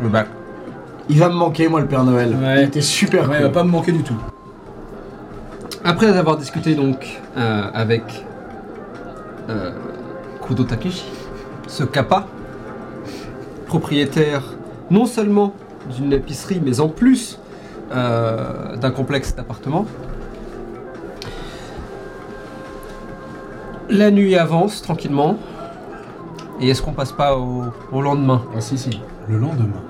Bah, Il va me manquer, moi, le Père Noël. Ouais. Il était super Ouais, il cool. va pas me manquer du tout. Après avoir discuté donc euh, avec euh, Kudo Takeshi, ce kappa, propriétaire non seulement d'une épicerie mais en plus euh, d'un complexe d'appartements, la nuit avance tranquillement. Et est-ce qu'on passe pas au, au lendemain Ah si si. le lendemain.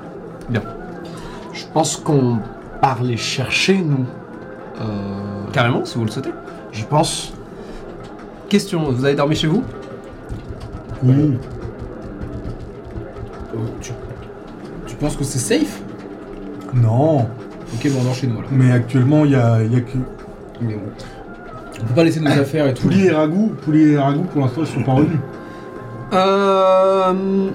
Je pense qu'on part les chercher, nous. Euh, Carrément, si vous le souhaitez. je pense. Question, vous avez dormi chez vous Oui. Oh, tu... tu penses que c'est safe Non, Ok, bon, on dort chez nous alors. mais actuellement, il y a, il y a que. Mais bon. On peut pas laisser nos affaires et tout. Pouli et Ragout, Pouli et Ragout, pour l'instant, ils sont pas revenus. Euh...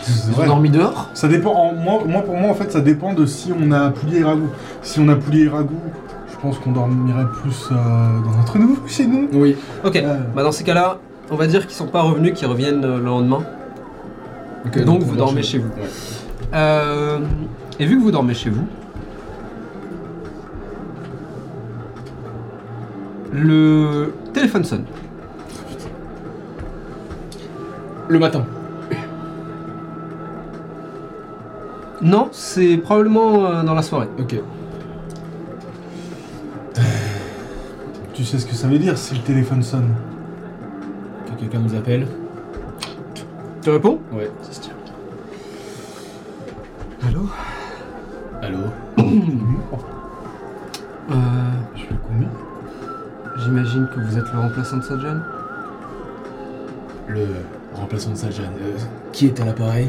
C'est Ils ont vrai. dormi dehors Ça dépend, en- moi, moi, pour moi, en fait, ça dépend de si on a Pouli et Ragout. Si on a Pouli et Ragout, je pense qu'on dormirait plus euh, dans notre nouveau chez nous. Oui. Ok, Euh. bah dans ces cas-là, on va dire qu'ils sont pas revenus, qu'ils reviennent euh, le lendemain. Ok, Donc, on vous dort dormez chez vous. Ouais. Euh, et vu que vous dormez chez vous, le téléphone sonne. Le matin. Non, c'est probablement euh, dans la soirée. Ok. Tu sais ce que ça veut dire si le téléphone sonne Que quelqu'un nous appelle. Tu réponds Ouais. Allô Allô euh, Je suis combien J'imagine que vous êtes le remplaçant de Sojan Le remplaçant de Sajan. euh, qui est à l'appareil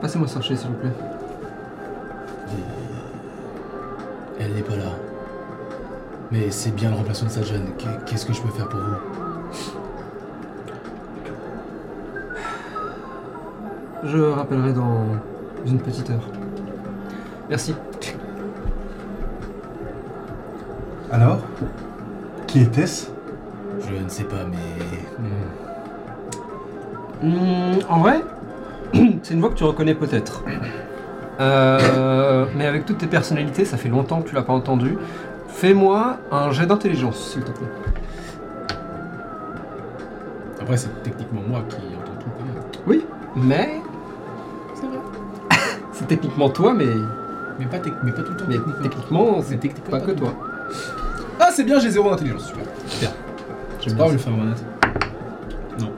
Passez-moi ça chez s'il vous plaît. Elle n'est pas là. Mais c'est bien le remplaçant de Sajan. Qu'est- Qu'est-ce que je peux faire pour vous Je rappellerai dans une petite heure. Merci. Alors Qui était-ce Je ne sais pas, mais. Hmm, en vrai, c'est une voix que tu reconnais peut-être. Euh, mais avec toutes tes personnalités, ça fait longtemps que tu l'as pas entendu. Fais-moi un jet d'intelligence, s'il te plaît. Après, c'est techniquement moi qui entends tout quand même. Oui, mais C'est vrai. c'est techniquement toi, mais, Mais pas, tec- mais pas tout le temps. mais techniquement. techniquement, Mais c'est techniquement pas que toi. Ah, c'est bien, j'ai zéro intelligence, super. J'aime pas bien le faire honnête. Non.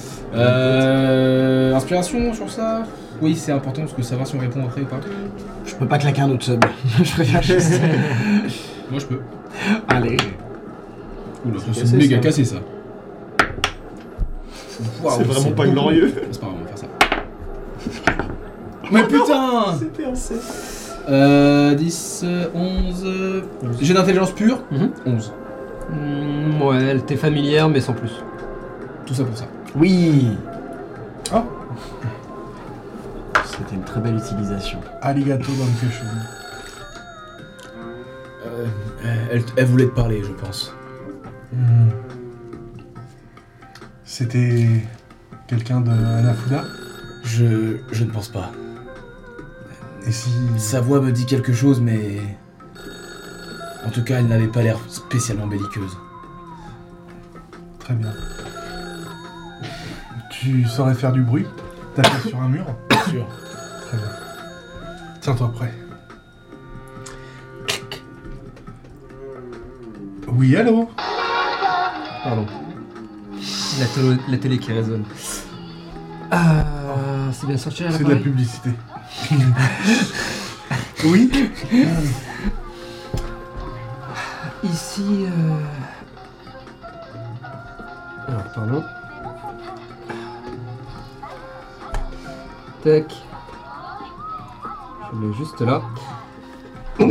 euh, inspiration sur ça Oui, c'est important parce que savoir si on répond après ou pas. Je peux pas claquer un autre sub. je préfère juste. Moi, je peux. Allez. Oula, ça, cassé, c'est méga ça. cassé ça. Waouh, C'est vraiment pas beaucoup. glorieux. C'est pas grave, on va faire ça. Oh Mais putain C'était un set. Euh. 10, euh, 11. euh, J'ai d'intelligence pure Mhm. 11. ça. Hmm, ouais, elle t'est familière, mais sans plus. Tout ça pour ça. Oui. Ah. Oh. C'était une très belle utilisation. Alligato dans le cochon. Euh, elle, elle voulait te parler, je pense. Hmm. C'était quelqu'un de Anafuda Je. Je ne pense pas. Et si Sa voix me dit quelque chose, mais. En tout cas, elle n'avait pas l'air spécialement belliqueuse. Très bien. Tu saurais faire du bruit Taper sur un mur Bien sûr. Très bien. Tiens-toi prêt. Oui, allô Pardon. La, télé- la télé qui résonne. Ah, c'est bien sorti à C'est de la l'appareil publicité. oui Ici. euh, Alors, pardon. Tac. Je l'ai juste là.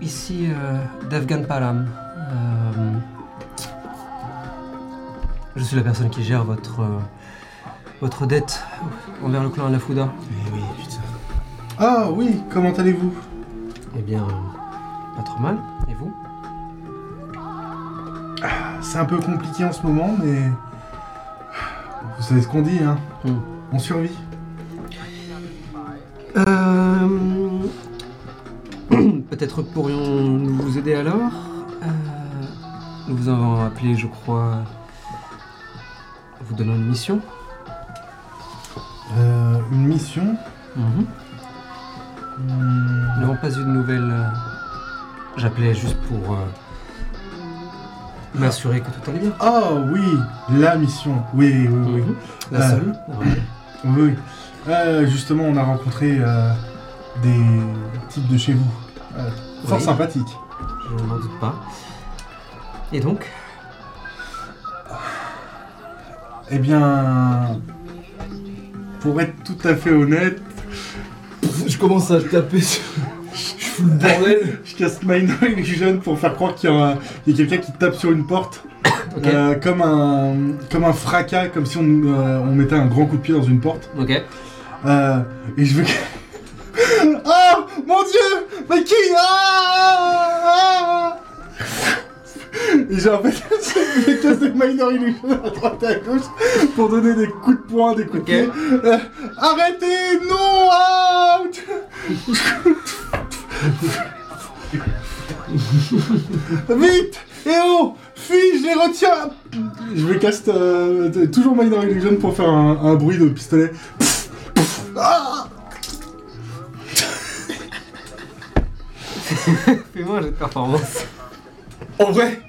Ici, euh, Dafgan Palam. Euh, Je suis la personne qui gère votre. euh, votre dette envers le clan Alafuda. Mais Eh oui, putain. Ah oui, comment allez-vous Eh bien, euh, pas trop mal. Et vous C'est un peu compliqué en ce moment, mais. Vous Vous savez ce qu'on dit, hein Hmm. On survit. Euh, Peut-être pourrions-nous vous aider alors Euh, Nous vous avons appelé, je crois, vous donnant une mission. Euh, une mission Mhm. Hmm. Nous n'avons pas eu de nouvelles. euh, J'appelais juste pour euh, m'assurer que tout allait bien. Ah oui, la mission. Oui, oui, oui. Mhm. La Euh, seule. Oui, oui. Euh, justement, on a rencontré euh, des types de chez vous. Euh, fort Oui. sympathiques. Je n'en doute pas. Et donc Eh bien, pour être tout à fait honnête, Je commence à taper sur. Je fous le bordel. je casse Mind Illusion pour faire croire qu'il y a, il y a quelqu'un qui tape sur une porte, Ok. euh, comme, un, comme un fracas, comme si on, euh, on mettait un grand coup de pied dans une porte. Ok. Euh, et je veux que... Ah Mon dieu Mais qui Ah, ah, ah Et j'ai en fait je me casse de Minor Illusion à droite et à gauche pour donner des coups de poing, des coups Ok. de pied. Euh, arrêtez Non ah Vite Eh oh Fuis, je les retiens Je me casse euh, de- toujours Minor Illusion pour faire un, un bruit de pistolet. Pff, pff, ah Fais-moi un jet de performance. En vrai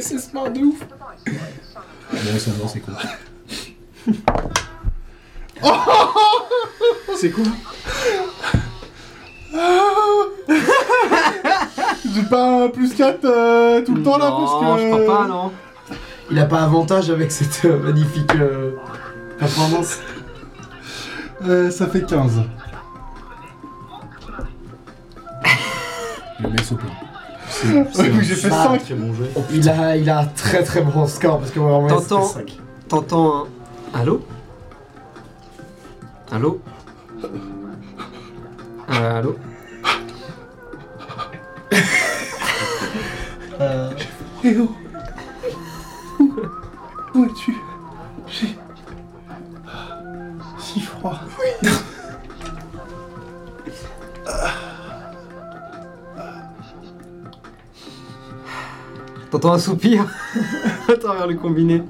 C'est smart de ouf. Bon, c'est bon, c'est cool. C'est cool. J'ai pas un plus 4 tout le temps là parce que. je crois pas, non. Il a pas avantage avec cette euh, magnifique euh, performance. Euh, ça fait 15. Le mec au plan. Ouais, mais j'ai fait Ah, 5 très bon jeu. il, a, il a un très très bon score parce que vraiment il a fait T'entends- cinq. T'entends un. Allô Allô Euh, Allô Eh oh Où, où es-tu J'ai. Si froid. Oui T'entends un soupir à travers le combiné.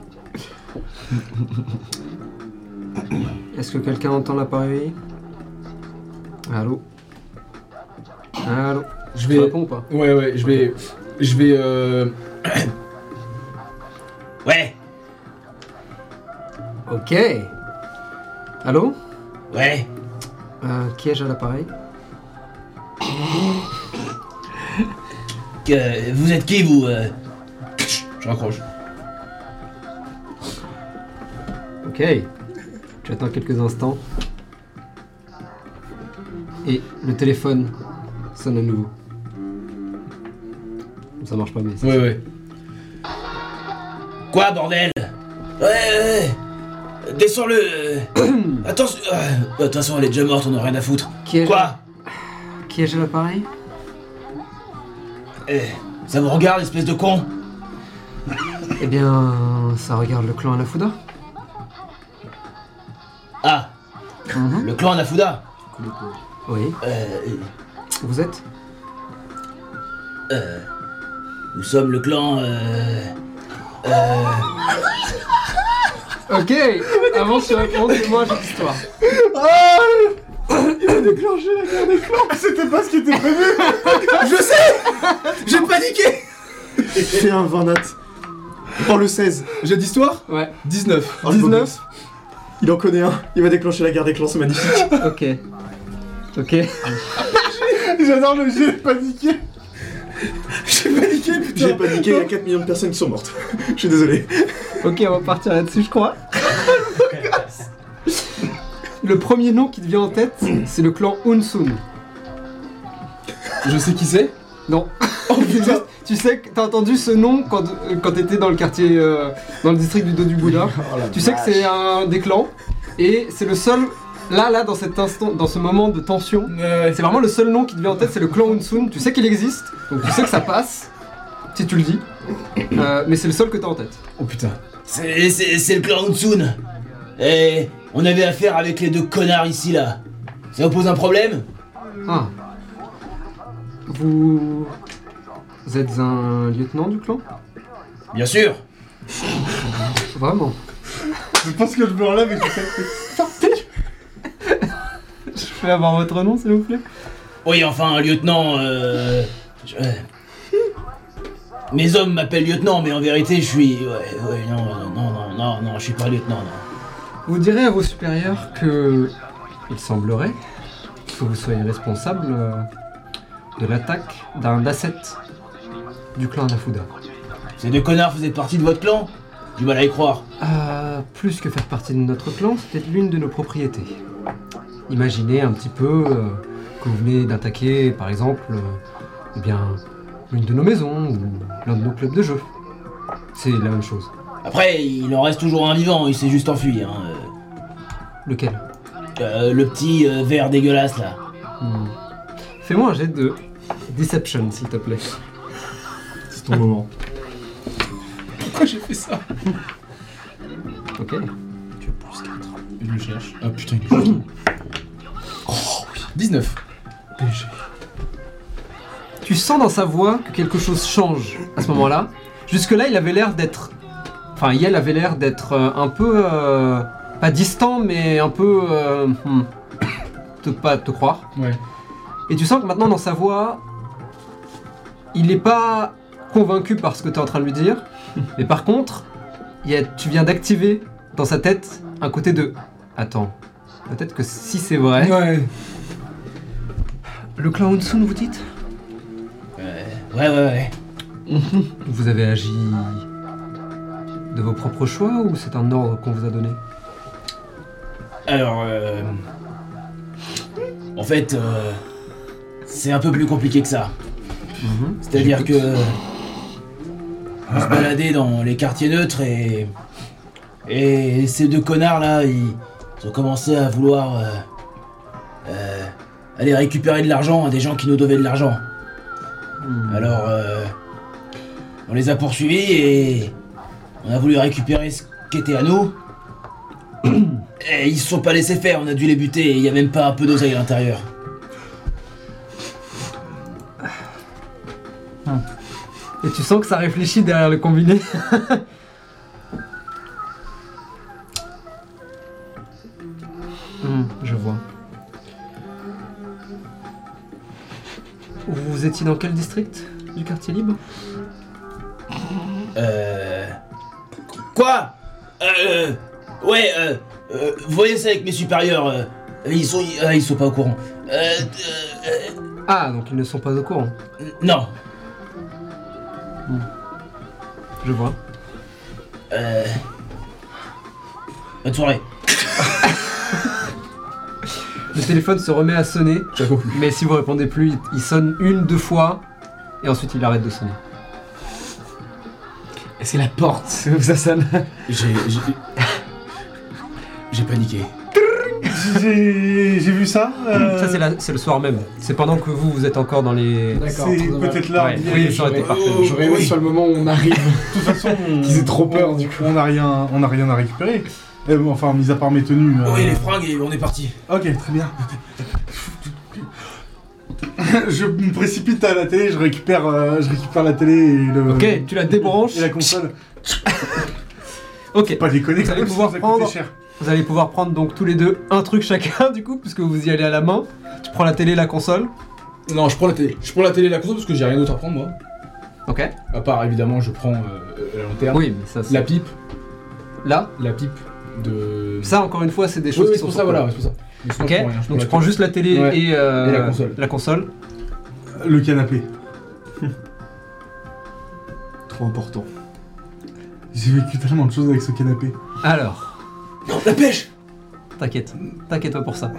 Est-ce que quelqu'un entend l'appareil Allô Allô Je Tu vais. réponds ou pas Ouais, ouais, je vais. Je vais. Euh... Ouais, Ok Allô ouais. Euh, Qui est-je à l'appareil Que- vous êtes qui, vous euh Je raccroche. Ok. Tu attends quelques instants. Et le téléphone sonne à nouveau. Ça marche pas, mais. ça- Ouais, ouais. Quoi, bordel Ouais, ouais, ouais. Descends-le euh. Attention Ah, De toute façon, elle est déjà morte, on en a rien à foutre. Qui est-je Quoi Qui est-je à l'appareil Eh, Ça vous regarde, espèce de con Eh bien, ça regarde le clan Anafuda. Ah Mhm. Le clan Anafuda Oui. euh, Vous êtes euh, Nous sommes le clan... Euh... Ok Avant sur réponds, moi j'ai l'histoire. Ah Il a déclenché la guerre des clans C'était pas ce qui était prévu J'ai paniqué Fais un 20 notes. Oh le 16. J'ai d'histoire Ouais, 19. Oh, le 19 Il en connaît un. Il va déclencher la guerre des clans, c'est magnifique. ok. Ok. J'adore le jeu paniqué J'ai paniqué, putain. J'ai paniqué, il y a 4 millions de personnes qui sont mortes. Je suis désolé. Ok, on va partir là-dessus, je crois. Le premier nom qui te vient en tête, c'est le clan Unsun. Je sais qui c'est. Oh, Non. tu sais que t'as entendu ce nom quand, euh, quand t'étais dans le quartier, euh, dans le district du dos du Bouddha. Oh tu sais que c'est un des clans et c'est le seul. Là, là, dans cet instant, dans ce moment de tension, Ouais, c'est vraiment le seul nom qui te vient en tête, c'est le clan Unsun. Tu sais qu'il existe, donc tu sais que ça passe, si tu le dis. Euh, mais c'est le seul que t'as en tête. Oh putain. C'est c'est- c'est le clan Hutsun Eh, on avait affaire avec les deux connards ici là. Ça vous pose un problème Ah. Vous... Vous êtes un lieutenant du clan Bien sûr. Vraiment Je pense que je me relève et je fais. Je peux avoir votre nom, s'il vous plaît Oui, enfin, lieutenant. euh, je- euh, Mes hommes m'appellent lieutenant, mais en vérité, je suis. Ouais, ouais, non, non, non, non, non, non, je suis pas lieutenant. Non. Vous direz à vos supérieurs que il semblerait que vous soyez responsable euh, de l'attaque d'un asset du clan Nafuda. Ces deux connards faisaient partie de votre clan Du mal à y croire. Euh, plus que faire partie de notre clan, c'était l'une de nos propriétés. Imaginez un petit peu euh, que vous venez d'attaquer, par exemple, euh, eh bien, l'une de nos maisons ou l'un de nos clubs de jeu. C'est la même chose. Après, il en reste toujours un vivant, il s'est juste enfui. Hein. euh. Lequel Euh, le petit euh, verre dégueulasse là. Hmm. Fais-moi un jet de Deception, s'il te plaît. C'est ton moment. Pourquoi j'ai fait ça Ok. Je le cherche. Ah putain, il est juste. Oh, 19. Tu sens dans sa voix que quelque chose change à ce moment-là. Jusque-là, il avait l'air d'être. Enfin, Yel avait l'air d'être euh, un peu. euh, pas distant, mais un peu. euh, hmm, de pas te croire. Ouais. Et tu sens que maintenant, dans sa voix, il n'est pas convaincu par ce que tu es en train de lui dire. mais par contre, il y a- tu viens d'activer dans sa tête un côté de. Attends, peut-être que si c'est vrai. Ouais. Le clan Hunsun, vous dites Ouais, ouais, ouais. Vous avez agi de vos propres choix ou c'est un ordre qu'on vous a donné Alors, euh... en fait, euh, c'est un peu plus compliqué que ça. C'est-à-dire que on se baladait dans les quartiers neutres et et ces deux connards là, ils, ils ont commencé à vouloir euh, euh, aller récupérer de l'argent à des gens qui nous devaient de l'argent. Alors, euh, on les a poursuivis et on a voulu récupérer ce qui était à nous. Et Eh, ils se sont pas laissés faire, on a dû les buter et il y a même pas un peu d'oseille à l'intérieur. Et tu sens que ça réfléchit derrière le combiné Hmm, Je vois. Vous étiez dans quel district du quartier libre Euh. Quoi Euh. euh, Ouais, euh, euh, Voyez ça avec mes supérieurs. euh, ils sont. Ils, ah, ils sont pas au courant. Euh. euh, Ah, donc ils ne sont pas au courant. euh, non. Je vois. Euh. Bonne soirée. Le téléphone se remet à sonner, mais si vous répondez plus, il- il sonne une, deux fois, et ensuite il arrête de sonner. Et c'est la porte où ça sonne. J'ai. j'ai- J'ai paniqué. J'ai j'ai vu ça. euh, Ça, c'est, la- c'est le soir même. C'est pendant que vous, vous êtes encore dans les. D'accord, euh, C'est trop dommage. peut-être là. Ouais, on y oui, est. ça aurait été parfait. Oh, J'aurais aimé oui. sur le moment où on arrive. De toute façon, on- Qu'ils aient trop peur, on- du coup. On n'a rien, on a rien à récupérer. Eh, bon, enfin, mis à part mes tenues. euh, Oui, les fringues, et on est parti. Ok, très bien. je me précipite à la télé, je récupère, euh, je récupère la télé et le. Ok, tu la débranches. Et la console. Ok. Pas déconner, Vous quand allez même, pouvoir ça coûtait prendre. cher. Vous allez pouvoir prendre donc tous les deux un truc chacun, du coup, puisque vous y allez à la main. Tu prends la télé, la console. Non, je prends la télé. Je prends la télé et la console parce que j'ai rien d'autre à prendre moi. Ok. À part évidemment, je prends euh, la lanterne. Oui, mais ça, c'est. La pipe. Là. La pipe de. Ça, encore une fois, c'est des Oui, choses oui, qui c'est sont. pour ça, sur- voilà, c'est pour ça. Mais sinon, Ok. je prends rien, je donc la tu prends télé. juste la télé Ouais. et, euh, Et la console. La console. Le canapé. Trop important. J'ai vécu tellement de choses avec ce canapé. Alors, Non, la pêche t'inquiète. T'inquiète pas pour ça.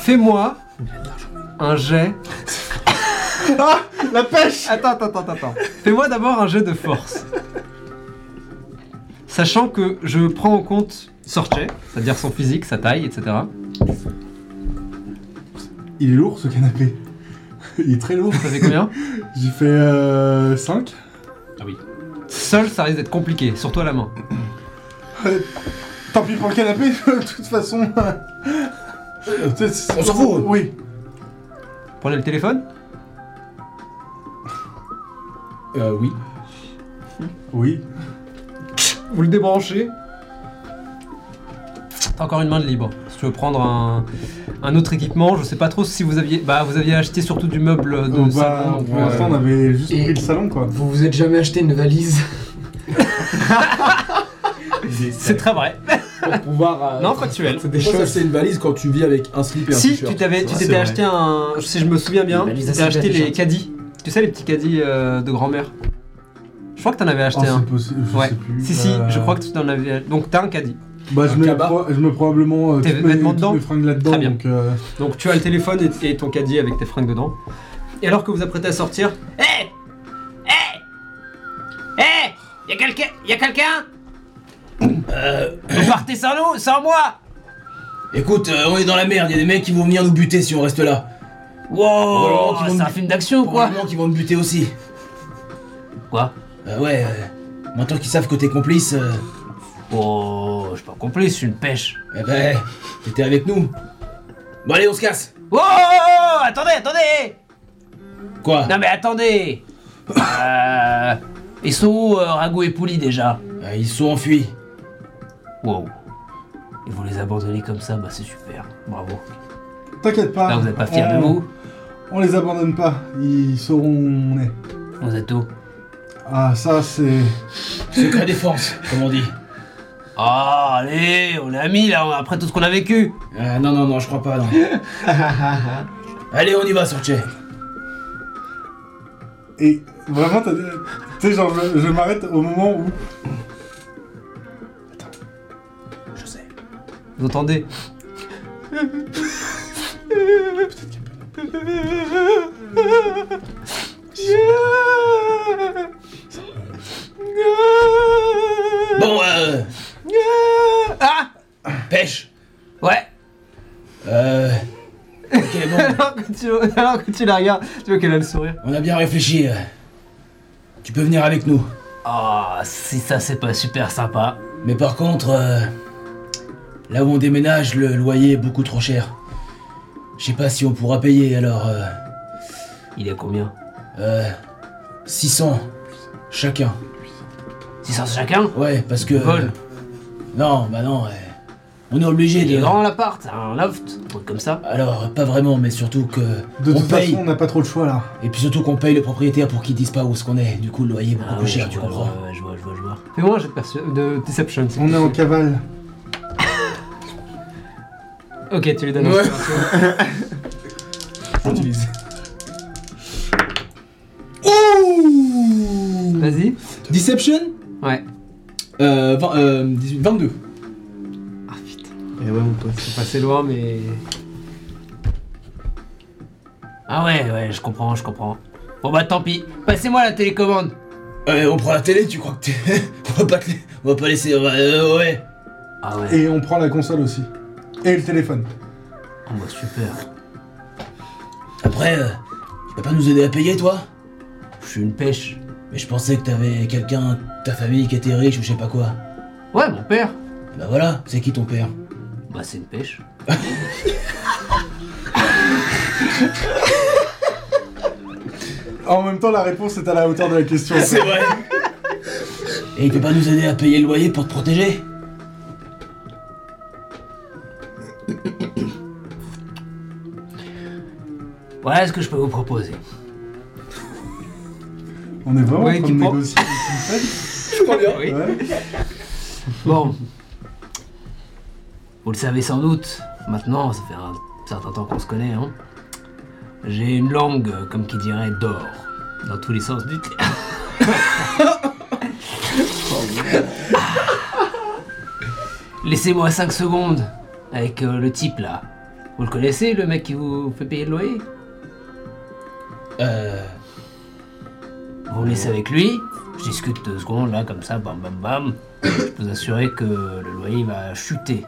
Fais-moi un jet. Ah, La pêche Attends, attends, attends, attends. Fais-moi d'abord un jet de force. Sachant que je prends en compte Sorche, c'est-à-dire son physique, sa taille, etc. Il est lourd ce canapé. Il est très lourd. Ça fait combien J'ai fait euh, 5. Seul, ça risque d'être compliqué, surtout à la main. Euh, Tant pis pour le canapé, de toute façon. C'est- c'est- Euh, on s'en fout. Oui. Prenez le téléphone Euh, oui. Oui. Vous le débranchez T'as encore une main de libre. Si tu veux prendre un, un autre équipement, je sais pas trop si vous aviez. Bah, vous aviez acheté surtout du meuble de Euh, bah, salon. donc, pour euh, l'instant, on avait juste Et- pris le salon, quoi. Vous vous êtes jamais acheté une valise C'est très vrai. Pour pouvoir. euh, Non, factuel. C'est des choses. C'est une valise quand tu vis avec un slip et un Si, t-shirt. tu t'avais, tu Ouais, t'étais c'est acheté un. Si je me souviens bien, Une tu valise t'étais assez acheté les intelligente. caddies. Tu sais, les petits caddies euh, de grand-mère. Je crois que t'en avais Ah, acheté un. c'est possible, je Ouais. sais plus. Si, si, Euh, je crois que tu t'en avais. Donc t'as un caddie. Bah, je Un mets, cabas. pro- je mets probablement euh, Tes toutes mes, vêtements toutes dedans. mes fringues là-dedans. Très bien. Donc, euh, Donc tu as le téléphone et, et ton caddie avec tes fringues dedans. Et alors que vous apprêtez à sortir, Hé Y'a quelqu'un Y'a quelqu'un Euh. Vous partez sans nous Sans moi Écoute, euh, on est dans la merde, y'a des mecs qui vont venir nous buter si on reste là. Oh Wow Oh, c'est un film d'action quoi. qui vont nous buter aussi. Quoi Bah ouais, euh, maintenant qu'ils savent que t'es complice, euh, Oh, je suis pas complice, je suis une pêche. eh ben, t'étais avec nous. Bon allez, on se casse Oh, attendez, attendez Quoi Non mais attendez euh, Ils sont où, euh, Rago et Pouli, déjà Ah, Ils sont enfuis. Wow. Et vous les abandonnez comme ça, bah c'est super. Bravo. T'inquiète pas. Là, vous n'êtes pas fiers on- de vous On les abandonne pas. Ils sauront où on est. Vous êtes où Ah, ça, c'est. Secret défense, comme on dit. Ah, allez, on est amis, là, après tout ce qu'on a vécu Ah, non, non, non, je crois pas, non. allez, on y va, Sorche. Et vraiment, t'as- tu sais, genre, je, je m'arrête au moment où. Je sais. vous entendez. Bon, euh, Ah pêche Ouais Euh. Ok, bon, alors, que tu, alors que tu la regardes, tu vois qu'elle a le sourire. on a bien réfléchi. euh. Tu peux venir avec nous. Ah, si ça c'est pas super sympa. Mais par contre, euh, là où on déménage, le loyer est beaucoup trop cher. Je sais pas si on pourra payer alors. Euh, Il est à combien euh, 600 chacun. 600 chacun Ouais, parce que. euh, Vol. Non, bah non. euh, on est obligé Il est de. grand l'appart, un loft, un truc comme ça. Alors, pas vraiment, mais surtout que. De on toute paye. façon, on n'a pas trop le choix là. Et puis surtout qu'on paye le propriétaire pour qu'il dise pas où est-ce qu'on est. Du coup, le loyer est beaucoup Ah plus ouais, cher, je tu vois, comprends. ouais, ouais, je vois, je vois, je vois. Fais-moi un jet de, persu- de Deception. s'il te On est en cavale. plaît. Ok, tu lui donnes un Ouais. Deception. J'utilise. Vas-y. Deception Ouais. euh, vingt- euh, 18, 22. Ah putain. Et ouais, mon pote. C'est passé loin, mais. Ah ouais, ouais, je comprends, je comprends. Bon bah tant pis, passez-moi la télécommande. Euh, on prend la télé, tu crois que t'es. on, va pas te- on va pas laisser. euh, ouais. Ah ouais, Et on prend la console aussi. Et le téléphone. oh bah super. Après, euh, tu peux pas nous aider à payer, toi Je suis une pêche. Mais je pensais que t'avais quelqu'un, de ta famille qui était riche ou je sais pas quoi. Ouais, mon père. Bah voilà, c'est qui ton père Bah c'est une pêche. En même temps, la réponse est à la hauteur de la question. vrai Et il peut pas nous aider à payer le loyer pour te protéger Voilà ce que je peux vous proposer. On est vraiment Ouais, en train tu de prends- négocier. Oui. Ouais. Bon. Vous le savez sans doute, maintenant, ça fait un certain temps qu'on se connaît, hein. J'ai une langue, euh, comme qui dirait, d'or. Dans tous les sens du terme. Laissez-moi 5 secondes avec euh, le type là. Vous le connaissez, le mec qui vous fait payer le loyer Euh. Vous me laissez avec lui, je discute deux secondes là comme ça, bam bam bam. Je peux vous assurer que le loyer va chuter.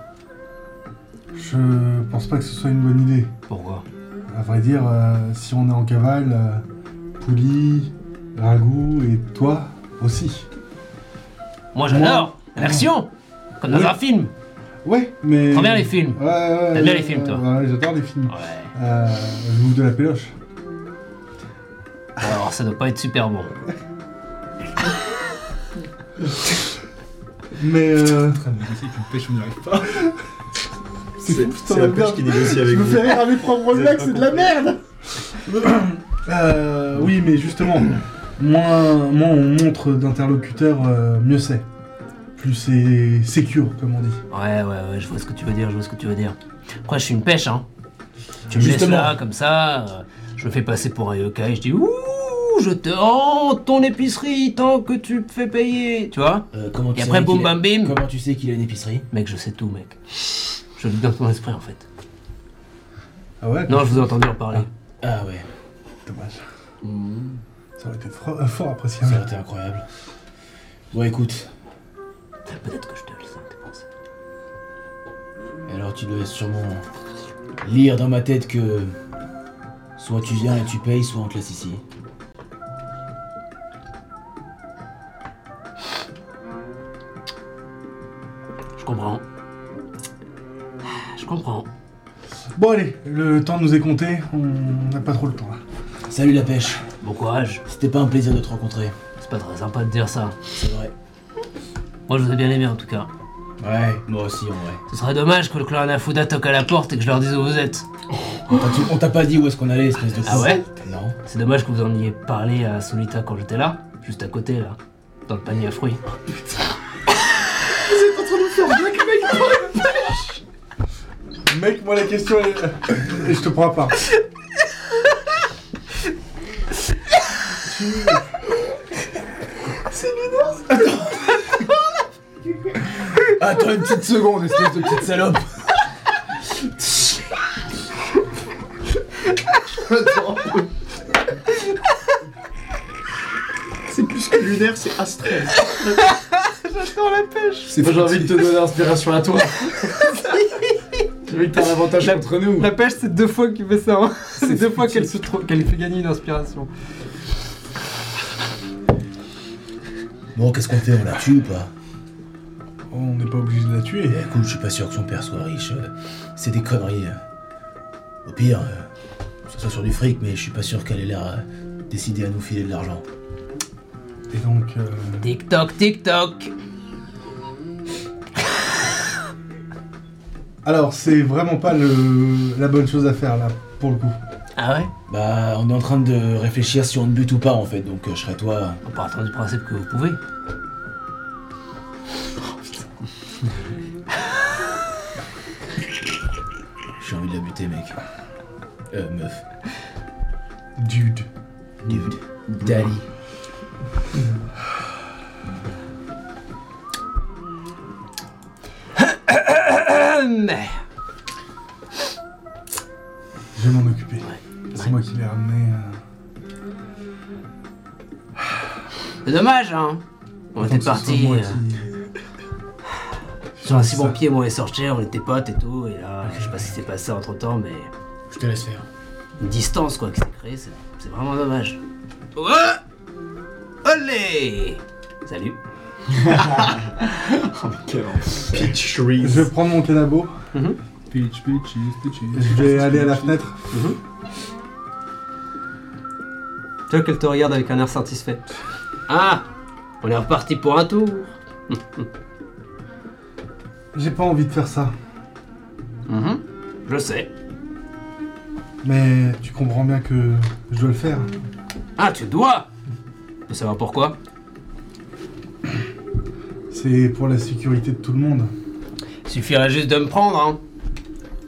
Je pense pas que ce soit une bonne idée. Pourquoi À vrai dire, euh, si on est en cavale, euh, Pouli, Ragout et toi aussi. Moi j'adore L'action Comme dans Oui. un film Ouais, mais. T'aimes bien les films Ouais, ouais, T'aimes ouais, bien les films, ouais, toi Ouais, j'adore les films. Ouais. Euh, je vous de la péloche. Alors ça doit pas être super bon. Mais. Euh, une pêche, on n'y arrive pas. c'est C'est la pêche qui négocie Je avec me vous. fais rire à mes propres Vous êtes blagues, pas c'est de la merde Euh, Oui, mais justement, moins, moins on montre d'interlocuteurs, euh, mieux c'est. Plus c'est secure, comme on dit. Ouais, ouais, ouais, je vois ce que tu veux dire, je vois ce que tu veux dire. Après, je suis une pêche, hein. Tu me laisses Justement. là, comme ça, euh, je me fais passer pour un yokai, je dis Ouh, je te rends ton épicerie tant que tu me fais payer, tu vois Euh, comment tu Et sais après, qu'il boum, a- bam, bim Comment tu sais qu'il a une épicerie Mec, je sais tout, mec. Je vis dans ton esprit, en fait. Ah ouais Non, je vous ai entendu en parler. Ah ouais, Dommage. Mmh. Ça aurait été fro- euh, fort ça appréciable. aurait été incroyable. Bon, écoute, Peut-être que je te laisse tes pensées. alors tu dois sûrement lire dans ma tête que soit tu viens et tu payes, soit on te laisse ici. Je comprends. Je comprends. Bon, allez, le temps nous est compté, on n'a pas trop le temps là. Salut la pêche, Bon courage. c'était pas un plaisir de te rencontrer, C'est pas très sympa de dire ça. c'est vrai. Moi, je vous ai bien aimé, en tout cas. Ouais, moi aussi en vrai. Ce serait dommage que le clan Anafuda toque à la porte et que je leur dise où vous êtes. On t'a- tu- On t'a pas dit où est-ce qu'on allait, espèce de Ah con. ouais Non. C'est dommage que vous en ayez parlé à Solita quand j'étais là, juste à côté là, dans le panier à fruits. Mec, moi la question est. Et je te prends pas. Attends une petite seconde, espèce de petite salope. C'est plus que lunaire, c'est astral. C'est Moi, j'ai envie de te donner inspiration à toi. j'ai envie que t'aies un avantage contre nous. La pêche, c'est deux fois qu'il fait ça. hein. C'est deux fois qu'elle se trouve, qu'elle fait gagner une inspiration. Bon, qu'est-ce qu'on fait On la tue ou pas On n'est pas obligé de la tuer. Eh, Écoute, je suis pas sûr que son père soit riche. euh, C'est des conneries. euh. Au pire, euh, ça soit sur du fric, mais je suis pas sûr qu'elle ait l'air euh, décidée à nous filer de l'argent. Et donc. euh, Tic-toc, tic-toc Alors, c'est vraiment pas le... la bonne chose à faire là, pour le coup. Ah ouais Bah, on est en train de réfléchir si on te bute ou pas en fait, donc euh, je serais toi. On part du principe que vous pouvez. J'ai envie de la buter, mec. Euh, meuf. Dude. Dude. Daddy. Je vais m'en occuper. C'est moi qui l'ai ramené. euh, C'est dommage, hein On Attends que était ce soit partis moi euh, qui- sur un si bon ça. pied, moi on est sortis, on était potes et tout, et là, je sais pas ce qui s'est passé entre temps, mais Je te laisse faire. une distance quoi qui s'est créée, c'est c'est vraiment dommage. Ouais Olé Salut Peach Reese. Je vais prendre mon canabo, Mhm. Pitch, pitch, pitch, je vais aller à la fenêtre. Tu vois qu'elle te regarde avec un air satisfait. Ah On est reparti pour un tour J'ai pas envie de faire ça. Mm-hmm. Je sais. Mais tu comprends bien que je dois le faire. Ah, tu dois Tu veux savoir pourquoi C'est pour la sécurité de tout le monde. Suffirait juste de me prendre, hein.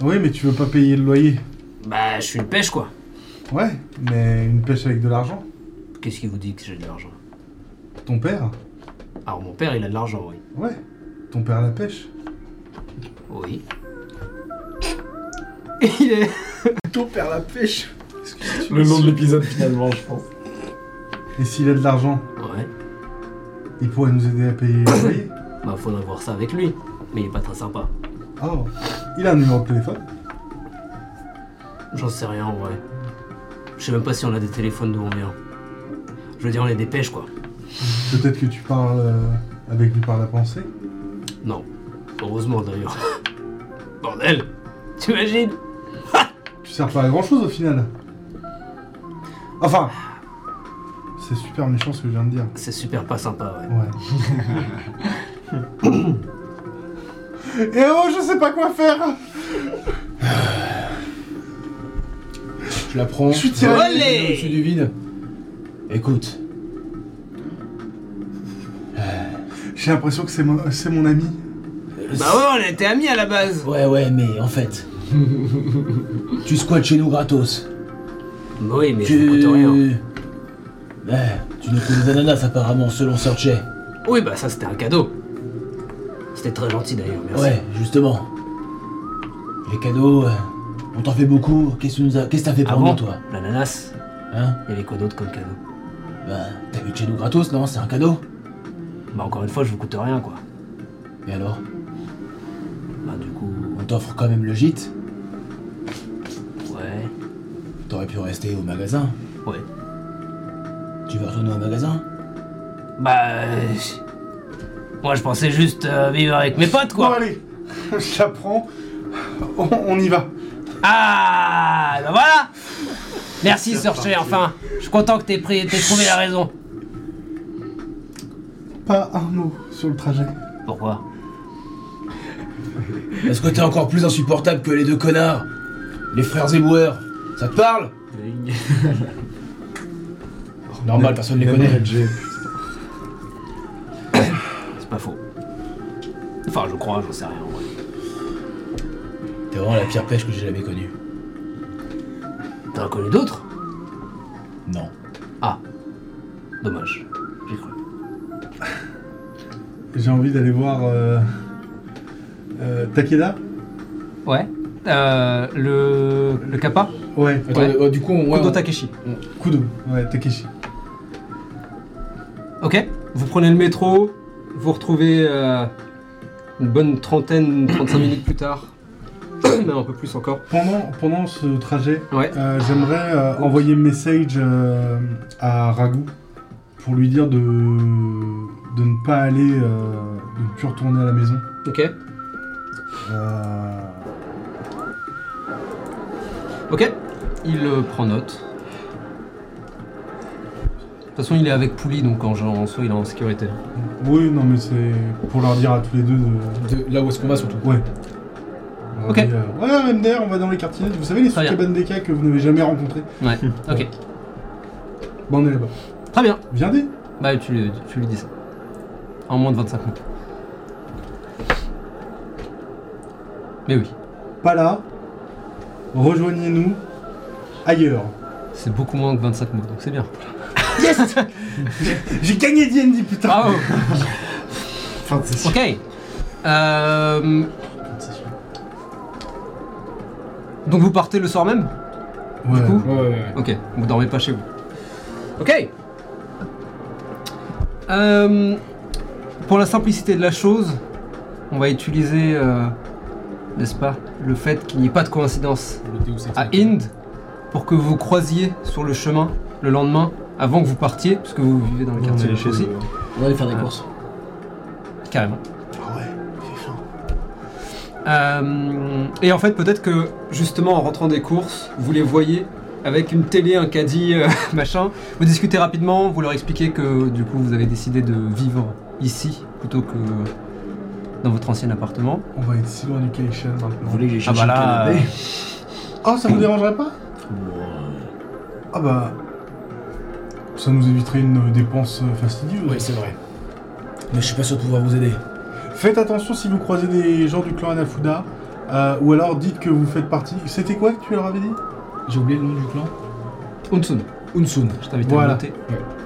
Oui, mais tu veux pas payer le loyer. Bah, je suis une pêche, quoi. Ouais, mais une pêche avec de l'argent. Qu'est-ce qui vous dit que j'ai de l'argent Ton père Alors, mon père, il a de l'argent, oui. Ouais. Ton père à la pêche. Oui. Et il est. Ton père la pêche. Le nom de l'épisode, finalement, je pense. Et s'il a de l'argent, Ouais. il pourrait nous aider à payer le loyer. Bah, faudrait voir ça avec lui. Mais il est pas très sympa. Oh, il a un numéro de téléphone. J'en sais rien, en vrai. Je sais même pas si on a des téléphones d'où on vient. Je veux dire, on est des pêches, quoi. Peut-être que tu parles euh, avec lui par la pensée. Non. Heureusement d'ailleurs. Bordel T'imagines Tu sers pas à grand chose au final. Enfin. C'est super méchant ce que je viens de dire. C'est super pas sympa, ouais. Ouais. Et oh, je sais pas quoi faire Je la prends. Je suis tiré. je la mets Au-dessus du vide. Écoute, J'ai l'impression que c'est mon, c'est mon ami. Bah ouais, on était amis à la base ouais, ouais, mais en fait, tu squattes chez nous gratos. Bah oui, mais ça tu. coûte rien. Ouais, tu nous fais des ananas apparemment, selon Searchet. Oui, bah ça c'était un cadeau. C'était très gentil d'ailleurs, merci. Ouais, justement. Les cadeaux, euh, on t'en fait beaucoup. Qu'est-ce que tu nous as- qu'est-ce que t'as fait pour Avant, nous, toi l'ananas, Hein il y avait quoi d'autre comme cadeau Bah, t'as vu chez nous gratos, non C'est un cadeau Bah encore une fois, je vous coûte rien quoi. Et alors Bah du coup, On t'offre quand même le gîte. ouais. T'aurais pu rester au magasin. Ouais. Tu veux retourner au magasin Bah. euh, Moi je pensais juste euh, vivre avec mes potes Bon, quoi. allez, je la prends. On, on y va. Ah bah voilà Merci Sorcher, enfin Je suis content que t'aies pris- t'aies trouvé la raison. Pas un mot sur le trajet. Pourquoi Est-ce que t'es encore plus insupportable que les deux connards Les frères éboueurs Ça te parle Normal, personne ne les connaît. C'est pas faux. Enfin je crois, j'en sais rien en vrai. T'es vraiment la pire pêche que j'ai jamais connue. T'en as connu d'autres Non. Dommage. J'ai cru. J'ai envie d'aller voir euh, euh, Takeda. Ouais. Euh, le. Le kappa Ouais, Attends, Ouais. euh, du coup, on, ouais, Kodo on- Takeshi. Kudo. Ouais, Takeshi. Ok. Vous prenez le métro, vous retrouvez euh, une bonne trentaine, 35 minutes plus tard. Même un peu plus encore. Pendant, pendant ce trajet, Ouais. euh, j'aimerais euh, envoyer un message euh, à Ragu pour lui dire de, de ne pas aller, euh, de ne plus retourner à la maison. Ok. Euh, Ok. Il euh, prend note. De toute façon, il est avec Pouli, donc en, en soi, il est en sécurité. oui, non, mais c'est pour leur dire à tous les deux de. de- là où est-ce qu'on va surtout Ouais. On Ok. dit, euh, ouais, MDR, on va dans les quartiers. Vous savez, les Très bien. Sukebandeka que vous n'avez jamais rencontrés. Ouais. Ok. Bon, on est là-bas. Très bien. Viendez. Bah, tu, lui- tu lui dis ça. En moins de 25 minutes. Mais oui, Pas là. Rejoignez-nous ailleurs. c'est beaucoup moins que 25 minutes, donc c'est bien. J'ai gagné D&D, putain. Bravo Fin de session. Ok. Euh, Donc vous partez le soir même Ouais. coup, Ouais, ouais, ouais. Ok, vous dormez pas chez vous. Ok. Euh, pour la simplicité de la chose, on va utiliser, euh, n'est-ce pas, le fait qu'il n'y ait pas de coïncidence à Ind pour que vous croisiez sur le chemin le lendemain avant que vous partiez, puisque vous vivez dans le quartier aussi. hein. On va aller faire des Ah. courses. Carrément. Ah Euh, et en fait, peut-être que justement en rentrant des courses, vous les voyez avec une télé, un caddie, euh, machin. Vous discutez rapidement, vous leur expliquez que du coup vous avez décidé de vivre ici plutôt que dans votre ancien appartement. On va être si loin du Kaishan maintenant. Vous voulez que j'ai Ah cherché bah là, le canapé Ah, ça vous dérangerait pas Ah bah... Ça nous éviterait une dépense euh, fastidieuse. Oui, c'est vrai. Mais je suis pas sûr de pouvoir vous aider. Faites attention si vous croisez des gens du clan Anafuda, euh, ou alors dites que vous faites partie... C'était quoi que tu leur avais dit J'ai oublié le nom du clan Unsun, Unsun. je t'invite Voilà. à le noter.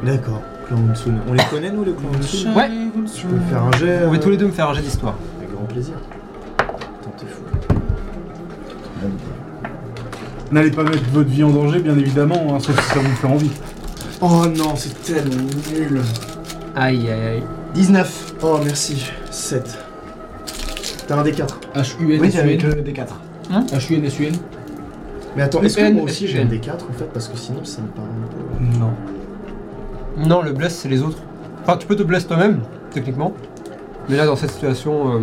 D'accord. Clan Monsoon. On les connaît, nous, les clans Monsoon Ouais, Tu Mm-hmm. peux faire un jet vous pouvez euh, tous les deux me faire un jet d'histoire. Avec grand plaisir. Attends, t'es fou. N'allez pas mettre votre vie en danger, bien évidemment, hein, sauf si ça vous fait envie. Oh non, c'est tellement nul. Aïe aïe aïe. 19. Oh, merci. 7. T'as un D4. H-U-N-S-U-N. Oui, avec le D4. Ah, H-U-N-S-U-N. Mais attends, est-ce que SN, moi aussi j'ai un SN. D4 en fait Parce que sinon ça me paraît un peu. Non. Non, le bless c'est les autres. Enfin, tu peux te blesser toi-même, techniquement. Mais là, dans cette situation, euh,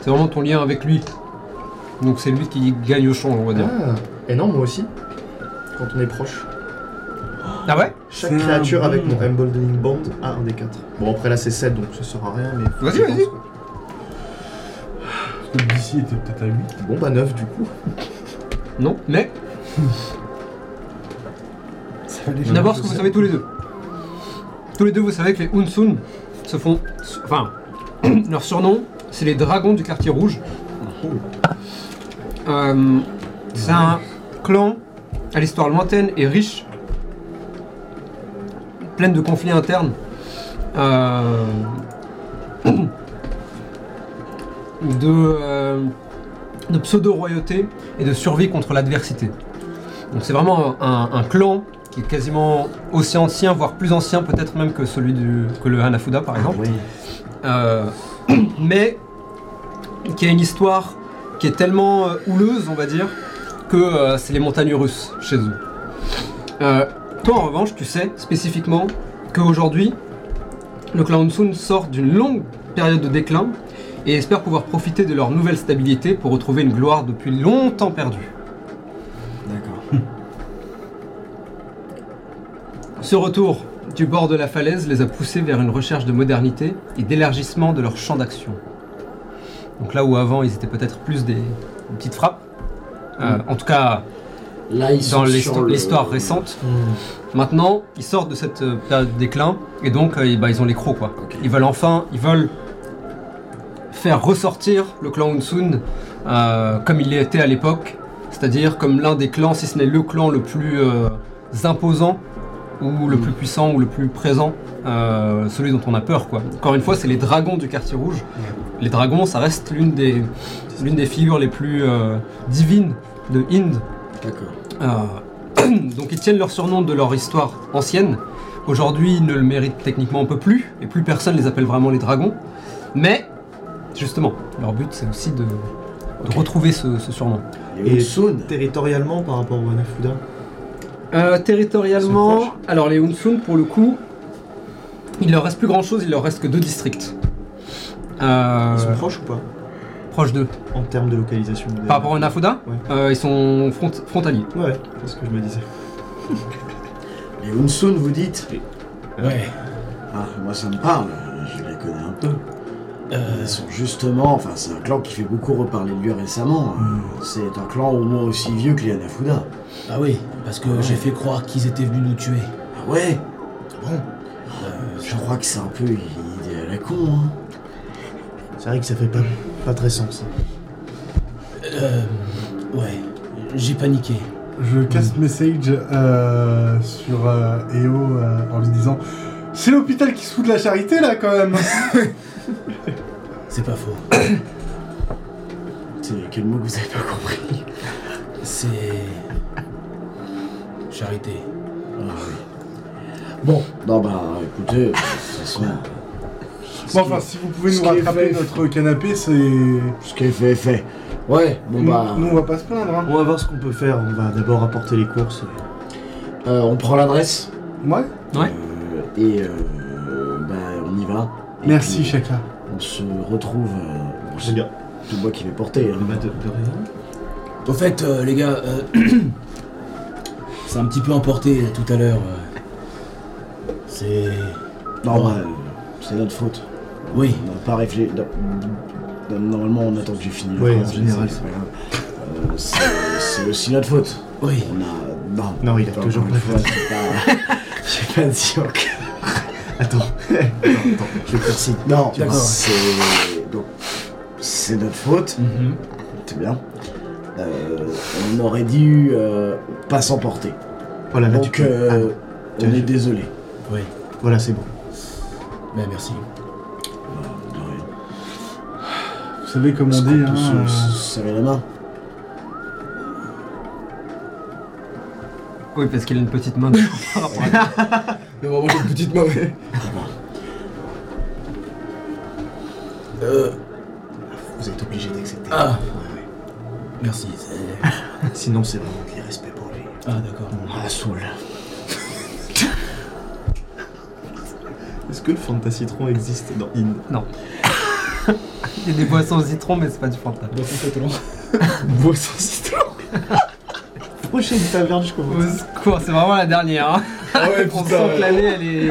C'est vraiment ton lien avec lui. Donc c'est lui qui gagne au champ, on va dire. Ah. Et non, moi aussi. Quand on est proche. Ah ouais Chaque C'est un créature bon. avec mon Emboldening Band a un des 4. Bon, après là, c'est 7, donc ça sert à rien, mais. faut Vas-y, que je vas-y. pense, Parce que d'ici était peut-être à 8. quoi. Bon, bah 9 du coup. Non, mais d'abord ce que vous savez tous les deux. Tous les deux, vous savez que les Unsun se font. Enfin, leur surnom, c'est les dragons du quartier rouge. Euh, c'est un clan à l'histoire lointaine et riche, pleine de conflits internes. Euh, de, euh, de pseudo-royauté et de survie contre l'adversité. Donc c'est vraiment un, un clan qui est quasiment aussi ancien, voire plus ancien peut-être même que celui du, que le Hanafuda par exemple. Euh, mais qui a une histoire qui est tellement euh, houleuse, on va dire, que euh, c'est les montagnes russes chez eux. Euh, toi en revanche, tu sais spécifiquement qu'aujourd'hui, le clan Hunsun sort d'une longue période de déclin et espère pouvoir profiter de leur nouvelle stabilité pour retrouver une gloire depuis longtemps perdue. D'accord. Ce retour du bord de la falaise les a poussés vers une recherche de modernité et d'élargissement de leur champ d'action. Donc là où avant ils étaient peut-être plus des, des petites frappes, euh, en tout cas Là, Mm. ils dans sont l'histo- sur le- Hmm. l'histoire récente, maintenant ils sortent de cette euh, période de déclin et donc euh, bah, ils ont les crocs quoi. Ok. Ils veulent enfin, ils veulent faire ressortir le clan Hunsun euh, comme il l'était à l'époque, c'est-à-dire comme l'un des clans, si ce n'est le clan le plus euh, imposant ou Mm. le plus puissant ou le plus présent, euh, celui dont on a peur quoi. Encore une fois, c'est les dragons du quartier rouge. Mm. Les dragons, ça reste l'une des, l'une des figures les plus euh, divines de Hind. D'accord. Euh, donc ils tiennent leur surnom de leur histoire ancienne. Aujourd'hui, ils ne le méritent techniquement un peu plus, et plus personne les appelle vraiment les dragons. Mais, justement, leur but c'est aussi de, de retrouver ce, ce surnom. Et- Et Soon. Territorialement par rapport au Hanafuda. Euh, C'est territorialement, alors les Hunsun, pour le coup, il leur reste plus grand chose, il leur reste que deux districts. Euh, Ils sont proches ou pas proches d'eux. En termes de localisation. des- Par rapport à Nafuda, Ouais. euh, ils sont front- frontaliers. Ouais, c'est ce que je me disais. Les Hunsun, vous dites Ouais. Ah, moi ça me parle, je les connais un peu. Euh, Ils sont justement, enfin c'est un clan qui fait beaucoup reparler de lui récemment. Euh, C'est un clan au moins aussi vieux que les Hanafuda. ah oui, parce que j'ai fait croire qu'ils étaient venus nous tuer. Ah ouais Bon. Euh, Je crois que c'est un peu une idée à la con, hein. C'est vrai que ça fait pas, pas très sens. Euh, ouais. J'ai paniqué. Je casse Mm. message euh, sur euh, EO euh, en lui disant C'est l'hôpital qui se fout de la charité là quand même C'est pas faux. C'est quel mot que vous avez pas compris C'est. Charité. Ah oui. Bon, non bah écoutez, de toute façon, Bon, enfin, si vous pouvez ce nous qui est rattraper fait- notre canapé, c'est. ce qui est fait est fait. Ouais, bon nous, bah, nous, on va pas se plaindre. Hein. On va voir ce qu'on peut faire. On va d'abord apporter les courses. euh, on prend l'adresse. Ouais Ouais. Euh, et euh, bah on y va. Et Merci, puis, Shaka. On se retrouve. euh, on se- C'est bien. C'est moi qui vais porter. hein. Bah, de, de rien. Au fait, euh, les gars, euh, c'est un petit peu emporté euh, tout à l'heure. euh. C'est. Ah, Non, bah, euh, c'est notre faute. Oui. On n'a pas réfléchi. no- Normalement, on attend que j'ai fini. la Ouais, phrase, en général, c'est pas grave. Euh, c'est- c'est aussi notre faute. Oui. On a. Non. Non, il a Attends, toujours encore une pas fois, j'ai pas. J'ai pas dit encore. Attends. Attends. Je poursuis. Non, D'accord. c'est. Donc, c'est notre faute. Mhm. C'est bien. Euh, on aurait dû euh, pas s'emporter. Voilà, Ah, là, tu Donc, peux. ah. euh, tu on as- est désolé. Oui. Ah, voilà, c'est bon. Ben, merci. Vous savez comment on Parce dit, qu'on peut se- hein. se euh, serrer la main. Oui, parce qu'il a une petite main de- par rapport à toi. Mais vraiment, j'ai une petite main. Euh, Vous êtes obligé d'accepter. Ah. Ouais, ouais. merci. c'est- Sinon, c'est vraiment. Manque de respect pour lui. Ah, d'accord. On la saoule. Est-ce que le Fantasy Tron existe dans Inde Non. Il y a des boissons au citron, mais c'est pas du Fanta. Boisson citron. Prochaine taverne, je Au comprends. secours, c'est vraiment la dernière. Hein. Ah ouais, On sent que l'année, elle est,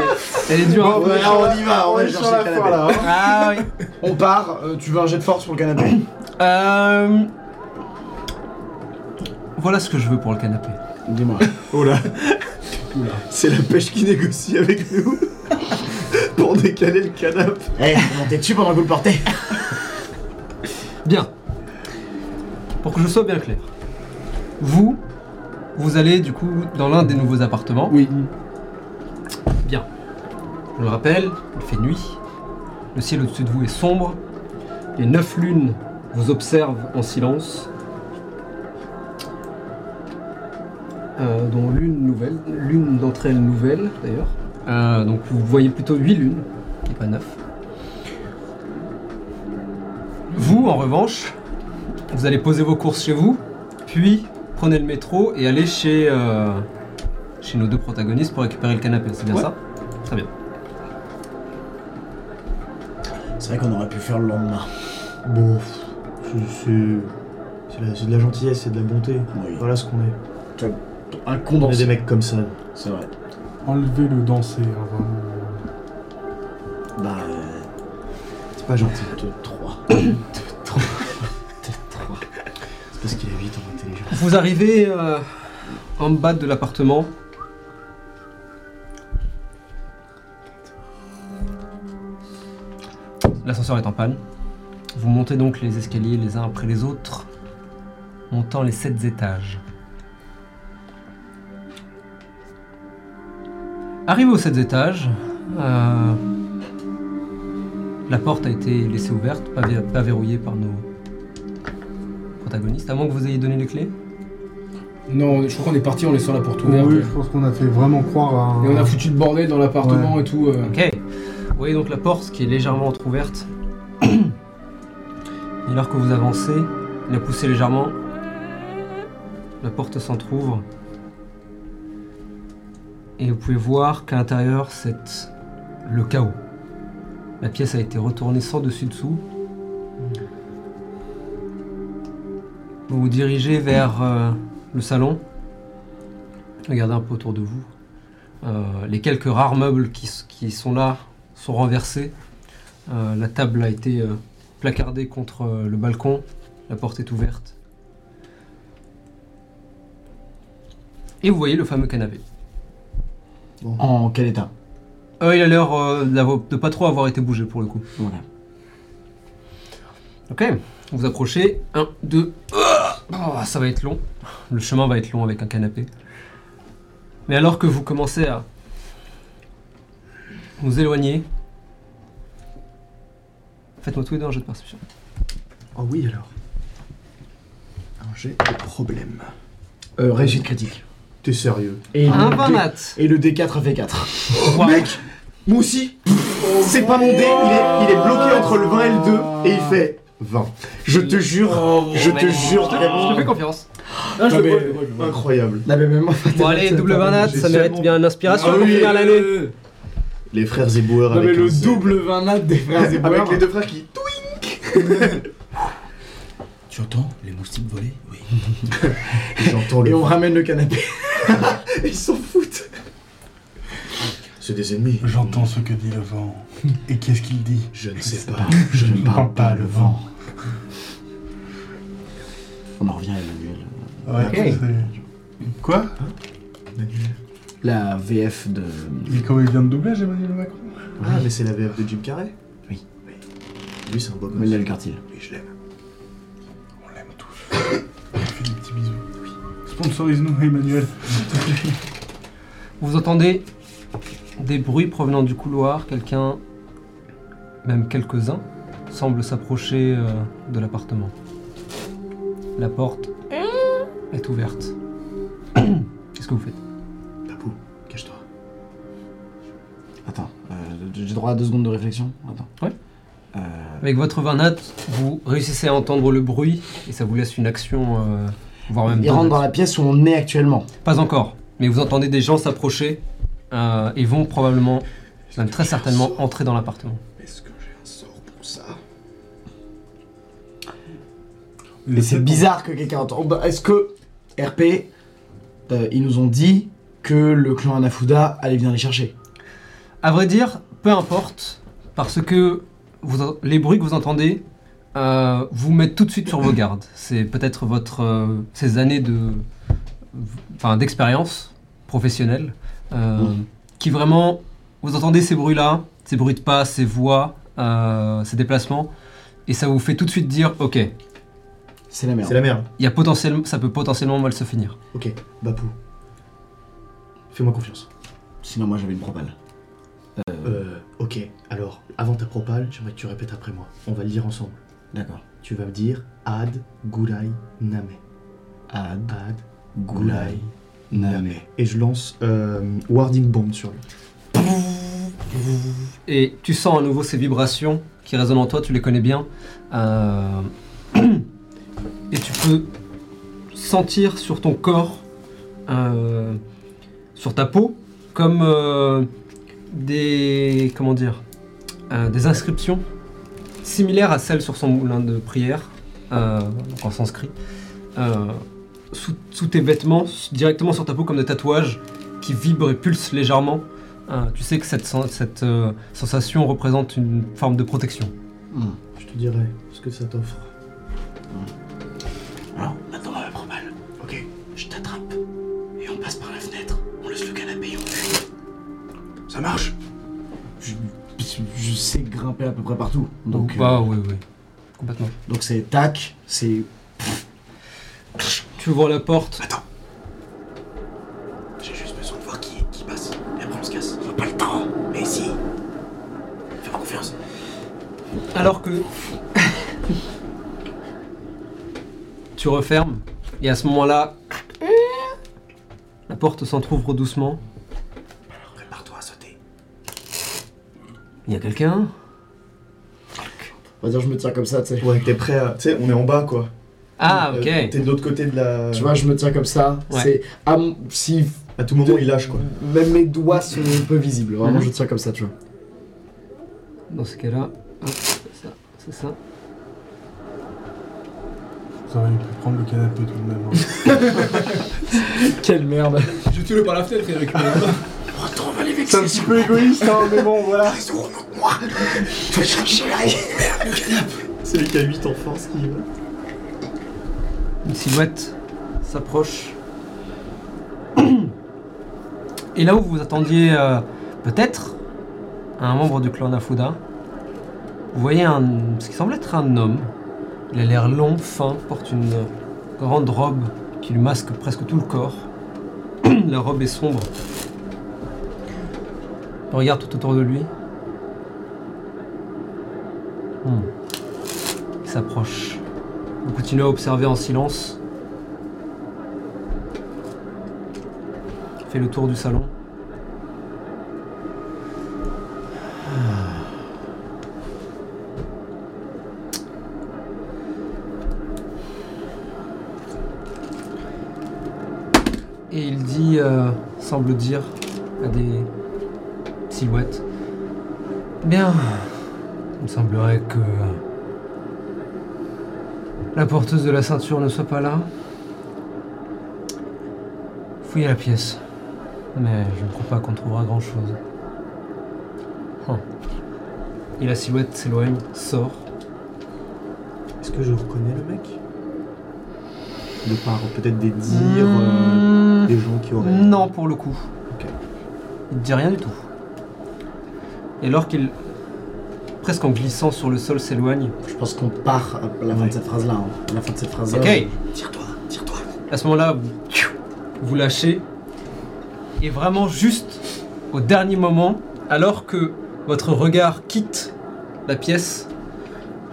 elle est dure. hein. Bon, bah, alors, on y va, on Ouais, va sur la chercher foire, là. hein. Ah oui. On part, euh, tu veux un jet de force pour le canapé Euh... Voilà ce que je veux pour le canapé. Dis-moi. Oh là C'est la pêche qui négocie avec nous pour décaler le canapé. Eh, montez dessus pendant que vous le portez. Bien. Pour que je sois bien clair. Vous, vous allez du coup dans l'un des nouveaux appartements. Oui. Bien. Je le rappelle, il fait nuit. Le ciel au-dessus de vous est sombre. Les neuf lunes vous observent en silence. Euh, dont l'une nouvelle, l'une d'entre elles nouvelle d'ailleurs. Euh, donc vous voyez plutôt huit lunes et pas neuf. Vous, en revanche, vous allez poser vos courses chez vous, puis prenez le métro et allez chez, euh, chez nos deux protagonistes pour récupérer le canapé, c'est bien ça Très bien. C'est vrai qu'on aurait pu faire le lendemain. Bon, pff, c'est- c'est. C'est de la- c'est de la gentillesse, c'est de la bonté. Oui. Voilà ce qu'on est. Un On est des condensé. mecs comme ça. C'est vrai. Enlevez le danser, hein, vraiment. Bah, euh, C'est pas gentil. 2, 3. C'est parce qu'il est vite en intelligence. Vous arrivez euh, en bas de l'appartement. L'ascenseur est en panne. Vous montez donc les escaliers les uns après les autres, montant les sept étages. Arrivé aux sept étages, euh, la porte a été laissée ouverte, pas, ver- pas verrouillée par nos protagonistes, à moins que vous ayez donné les clés. Non, je crois qu'on est parti en laissant la porte ouverte. Oui, je pense qu'on a fait vraiment croire à. un- Et on a foutu le bordel dans l'appartement et tout. euh. Ok. Vous voyez donc la porte qui est légèrement entr'ouverte. Et alors que vous avancez, la poussez légèrement. La porte s'entr'ouvre. Et vous pouvez voir qu'à l'intérieur, c'est le chaos. La pièce a été retournée sans dessus-dessous. Vous vous dirigez vers euh, le salon. Regardez un peu autour de vous. Euh, les quelques rares meubles qui, s- qui sont là sont renversés. Euh, la table a été euh, placardée contre euh, le balcon. La porte est ouverte. Et vous voyez le fameux canapé. En quel état Euh, il a l'air euh, d'avo- de pas trop avoir été bougé pour le coup. Voilà. Ok, vous approchez. 1, 2. oh, ça va être long. Le chemin va être long avec un canapé. Mais alors que vous commencez à vous éloigner, faites-moi tous les deux un jeu de perception. Oh oui, alors. Alors j'ai des problèmes. Euh, réussite critique. T'es sérieux Et le, Un dé- Banat et le D4 a fait 4. Wow. Mec Moi aussi C'est pas mon dé, il est, il est bloqué entre le 20 et le 2 et il fait 20. Je te jure, je te jure, Je te fais vraiment. confiance. Ah, je le mais- vois, je le vois, je le vois. Incroyable. Non, mais même moi, Bon, allez, double Banat, j'ai ça mérite tellement- bien une Ah inspiration pour finir l'année. Les frères éboueurs Ah non, avec mais le un Z. double 20 nat des Ah, frères et Avec les deux frères qui. Tu entends les moustiques voler Oui. J'entends Et le. on ramène le canapé. Ils s'en foutent C'est des ennemis. J'entends ce que dit le vent. Et qu'est-ce qu'il dit Je ne sais pas. Je ne parle pas le vent. On en revient à Emmanuel. Ouais, c'est- Quoi La VF de. Il est comédien de doublage, Emmanuel Macron Ah, mais c'est la VF de Jim Carrey Oui. Oui. Lui, c'est un beau gosse. Manuel Cartil. Oui, je l'aime. On l'aime tous. On fait des petits bisous. Sponsorise-nous, Emmanuel. Vous entendez des bruits provenant du couloir, quelqu'un, même quelques-uns, semble s'approcher euh, de l'appartement. La porte est ouverte. Qu'est-ce que vous faites Papou, cache-toi. Attends, euh, j'ai droit à deux secondes de réflexion Attends. Ouais. Euh, Avec votre 20 nat, vous réussissez à entendre le bruit et ça vous laisse une action, euh, voire même il deux rentre nattes. dans la pièce où on est actuellement. Pas encore, mais vous entendez des gens s'approcher euh, et vont Ah, probablement, même très certainement, entrer dans l'appartement. Est-ce que j'ai un sort pour ça Mais c'est bizarre que quelqu'un entende. Bah, Est-ce que, RP, euh, ils nous ont dit que le clan Anafuda allait venir les chercher À vrai dire, peu importe, parce que vous- les bruits que vous entendez euh, vous mettent tout de suite sur vos gardes. C'est peut-être votre euh, ces années de, enfin, d'expérience professionnelle euh, qui vraiment vous entendez ces bruits-là, ces bruits de pas, ces voix, euh, ces déplacements, et ça vous fait tout de suite dire, ok, il C'est la merde. C'est la merde. y a potentiellement, ça peut potentiellement mal se finir. Ok, Bapou, Fais-moi confiance. sinon moi j'avais une propale. Euh, ok, alors, avant ta propale, j'aimerais que tu répètes après moi. On va le lire ensemble. D'accord. Tu vas me dire Ad Gulai Name. Ad, Ad Goulay, Name. Et je lance euh, Warding Bomb sur lui. Et tu sens à nouveau ces vibrations qui résonnent en toi, tu les connais bien. Euh, Et tu peux sentir sur ton corps, euh, sur ta peau, comme euh, des. Comment dire euh, Des inscriptions similaires à celles sur son moulin de prière, euh, donc en sanskrit. euh, sous, sous tes vêtements, directement sur ta peau, comme des tatouages qui vibrent et pulsent légèrement. Ah, tu sais que cette, sen- cette, euh, sensation représente une forme de protection. Je te dirai ce que ça t'offre. Alors, maintenant on va prendre mal. Ok. Je t'attrape. Et on passe par la fenêtre. On laisse le canapé et on fuit. Ça marche je, je- je sais grimper à peu près partout. Donc, Donc, euh, bah oui, oui. Complètement. donc c'est tac, c'est. Tu ouvres la porte. J'ai juste besoin de voir qui, qui passe. Et après on se casse. J'ai pas le temps. Mais si. Fais-moi confiance. Alors que. tu refermes. Et à ce moment-là. La porte s'entrouvre doucement. Prépare-toi à sauter. Il y a quelqu'un On va dire, je me tiens comme ça, tu sais. Ouais, t'es prêt à. Tu sais, on est en bas quoi. Ah, Euh, ok. T'es de l'autre côté de la. Tu vois, je me tiens comme ça. Ouais. C'est. à mon- si. À tout moment, il lâche quoi. Même mes doigts sont peu visibles. Vraiment, Mhm. je tiens comme ça, tu vois. Dans ce cas-là. hop, c'est ça, c'est ça. Ça va, il peut prendre le canapé tout de même. hein. Quelle merde. Jetez-le par la fenêtre et récupérez-le. C'est un petit peu égoïste, hein, mais bon, voilà. Celui qui a 8 en force qui y va. Une silhouette s'approche. Et là où vous attendiez euh, peut-être un membre du clan Nafuda, vous voyez un, ce qui semble être un homme. Il a l'air long, fin, porte une grande robe qui lui masque presque tout le corps. La robe est sombre. Il regarde tout autour de lui. Hmm. Il s'approche. Vous continuez à observer en silence. Fait le tour du salon. Et il dit, euh, semble dire à des silhouettes. Bien, il me semblerait que la porteuse de la ceinture ne soit pas là. Fouillez la pièce. Mais je ne crois pas qu'on trouvera grand chose. Et la silhouette s'éloigne, sort. Est-ce que je reconnais le mec De par peut-être des dires, euh, des gens qui auraient. Hmm. Mmh. Non, pour le coup. Ok. Il ne dit rien du tout. Et alors qu'il, presque en glissant sur le sol, s'éloigne, Je pense qu'on part à la fin de cette phrase-là. hein. À la fin de cette phrase-là. Ok. Tire-toi, tire-toi. À ce moment-là, vous, vous lâchez. Et vraiment juste au dernier moment, alors que votre regard quitte la pièce,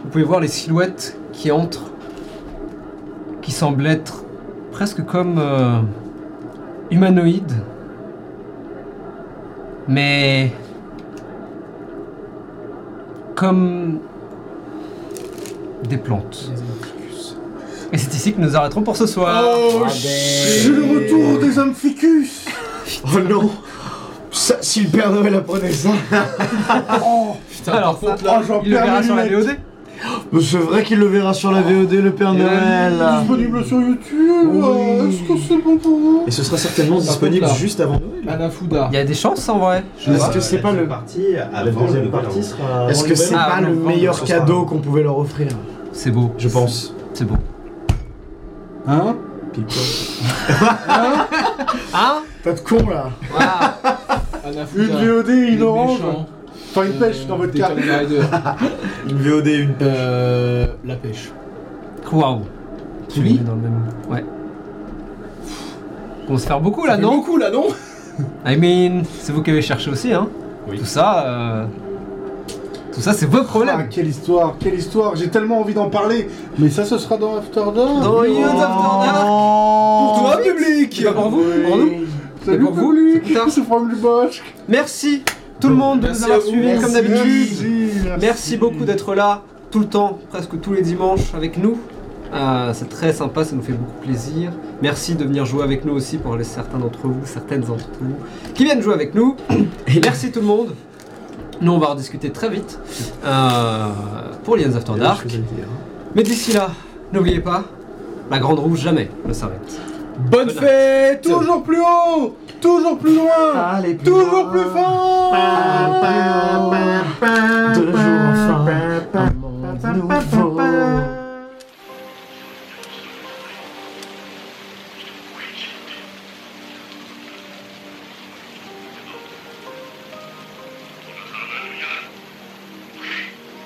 vous pouvez voir les silhouettes qui entrent, qui semblent être presque comme euh, humanoïdes. Mais comme des plantes. Et c'est ici que nous arrêterons pour ce soir. Oh, Ah, C'est le retour des hommes ficus Oh non ça, Si le Père Noël apprenait ça Alors, ça, Oh, j'en il le perds verra mes sur la lunettes. VOD. C'est vrai qu'il le verra sur la VOD, le Père Et la Noël. vidéo Disponible sur YouTube. Oui. euh, Est-ce que c'est bon pour vous Et ce sera certainement contre, disponible là. juste avant Bah, Noël. Anafuda. Il y a des chances en vrai. Je sais Est-ce pas. que c'est pas le. partie La deuxième partie sera. Est-ce que c'est Ah, pas non, le non, meilleur cadeau qu'on pouvait leur offrir C'est beau, Je pense. c'est beau. Hein Hein Pas de con là. Voilà. Une Anafuda. VOD, une orange. Enfin, une pêche dans votre carte. Une VOD, une. Euh. La pêche. Waouh. Tu Oui. le mets dans le même. Ouais. On va se faire beaucoup là, non Beaucoup là, non I mean, c'est vous qui avez cherché aussi, hein Oui. Tout ça, euh, tout ça, c'est vos Ah, problèmes. quelle histoire, quelle histoire. J'ai tellement envie d'en parler. Mais ça, ce sera dans After Dark. Oh. Dans You Don't Know. Ah, oh. Pour toi, public Pas pour vous, pour nous. Salut pour vous, Luc. c'est tard. C'est from Lubosch. Merci tout le monde de Merci nous à avoir vous. suivis Merci. comme d'habitude. Merci beaucoup d'être là tout le temps, presque tous les dimanches avec nous. Euh, c'est très sympa, ça nous fait beaucoup plaisir. Merci de venir jouer avec nous aussi pour les certains d'entre vous, certaines d'entre vous qui viennent jouer avec nous. Et merci tout le monde. Nous on va rediscuter très vite euh, pour Lions After Dark. Mais d'ici là, n'oubliez pas, la grande roue jamais ne s'arrête. Bonne fête Toujours plus haut, toujours plus loin, Allez, Ah, plus toujours loin. plus fort. Deux jours enfin, un monde nouveau.